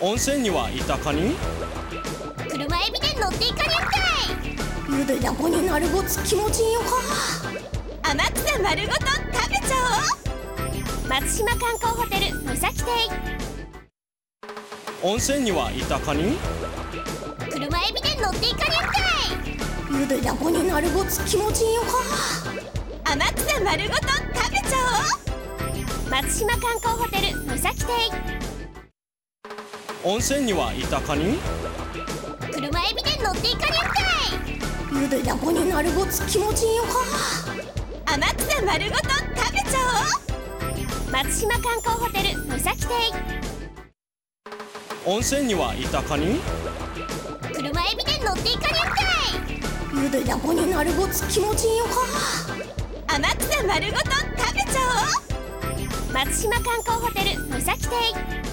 温泉には行ったかに車エビで乗っていかねんていゆでだこになるごつ気持ちいいよか天草丸ごと食べちゃおう松島観光ホテル三崎亭温泉には行ったかに車エビで乗っていかねんていゆでだこになるごつ気持ちいいよか天草丸ごと食べちゃおう松島観光ホテル三崎亭温泉には行ったかに車エビで乗っていかねんていゆでだこになるごつ気持ちいいよか天草丸ごと食べちゃおう松島観光ホテル三崎亭温泉には行ったかに車エビで乗っていかねんていゆでだこになるごつ気持ちいいよか天草丸ごと食べちゃおう松島観光ホテル三崎亭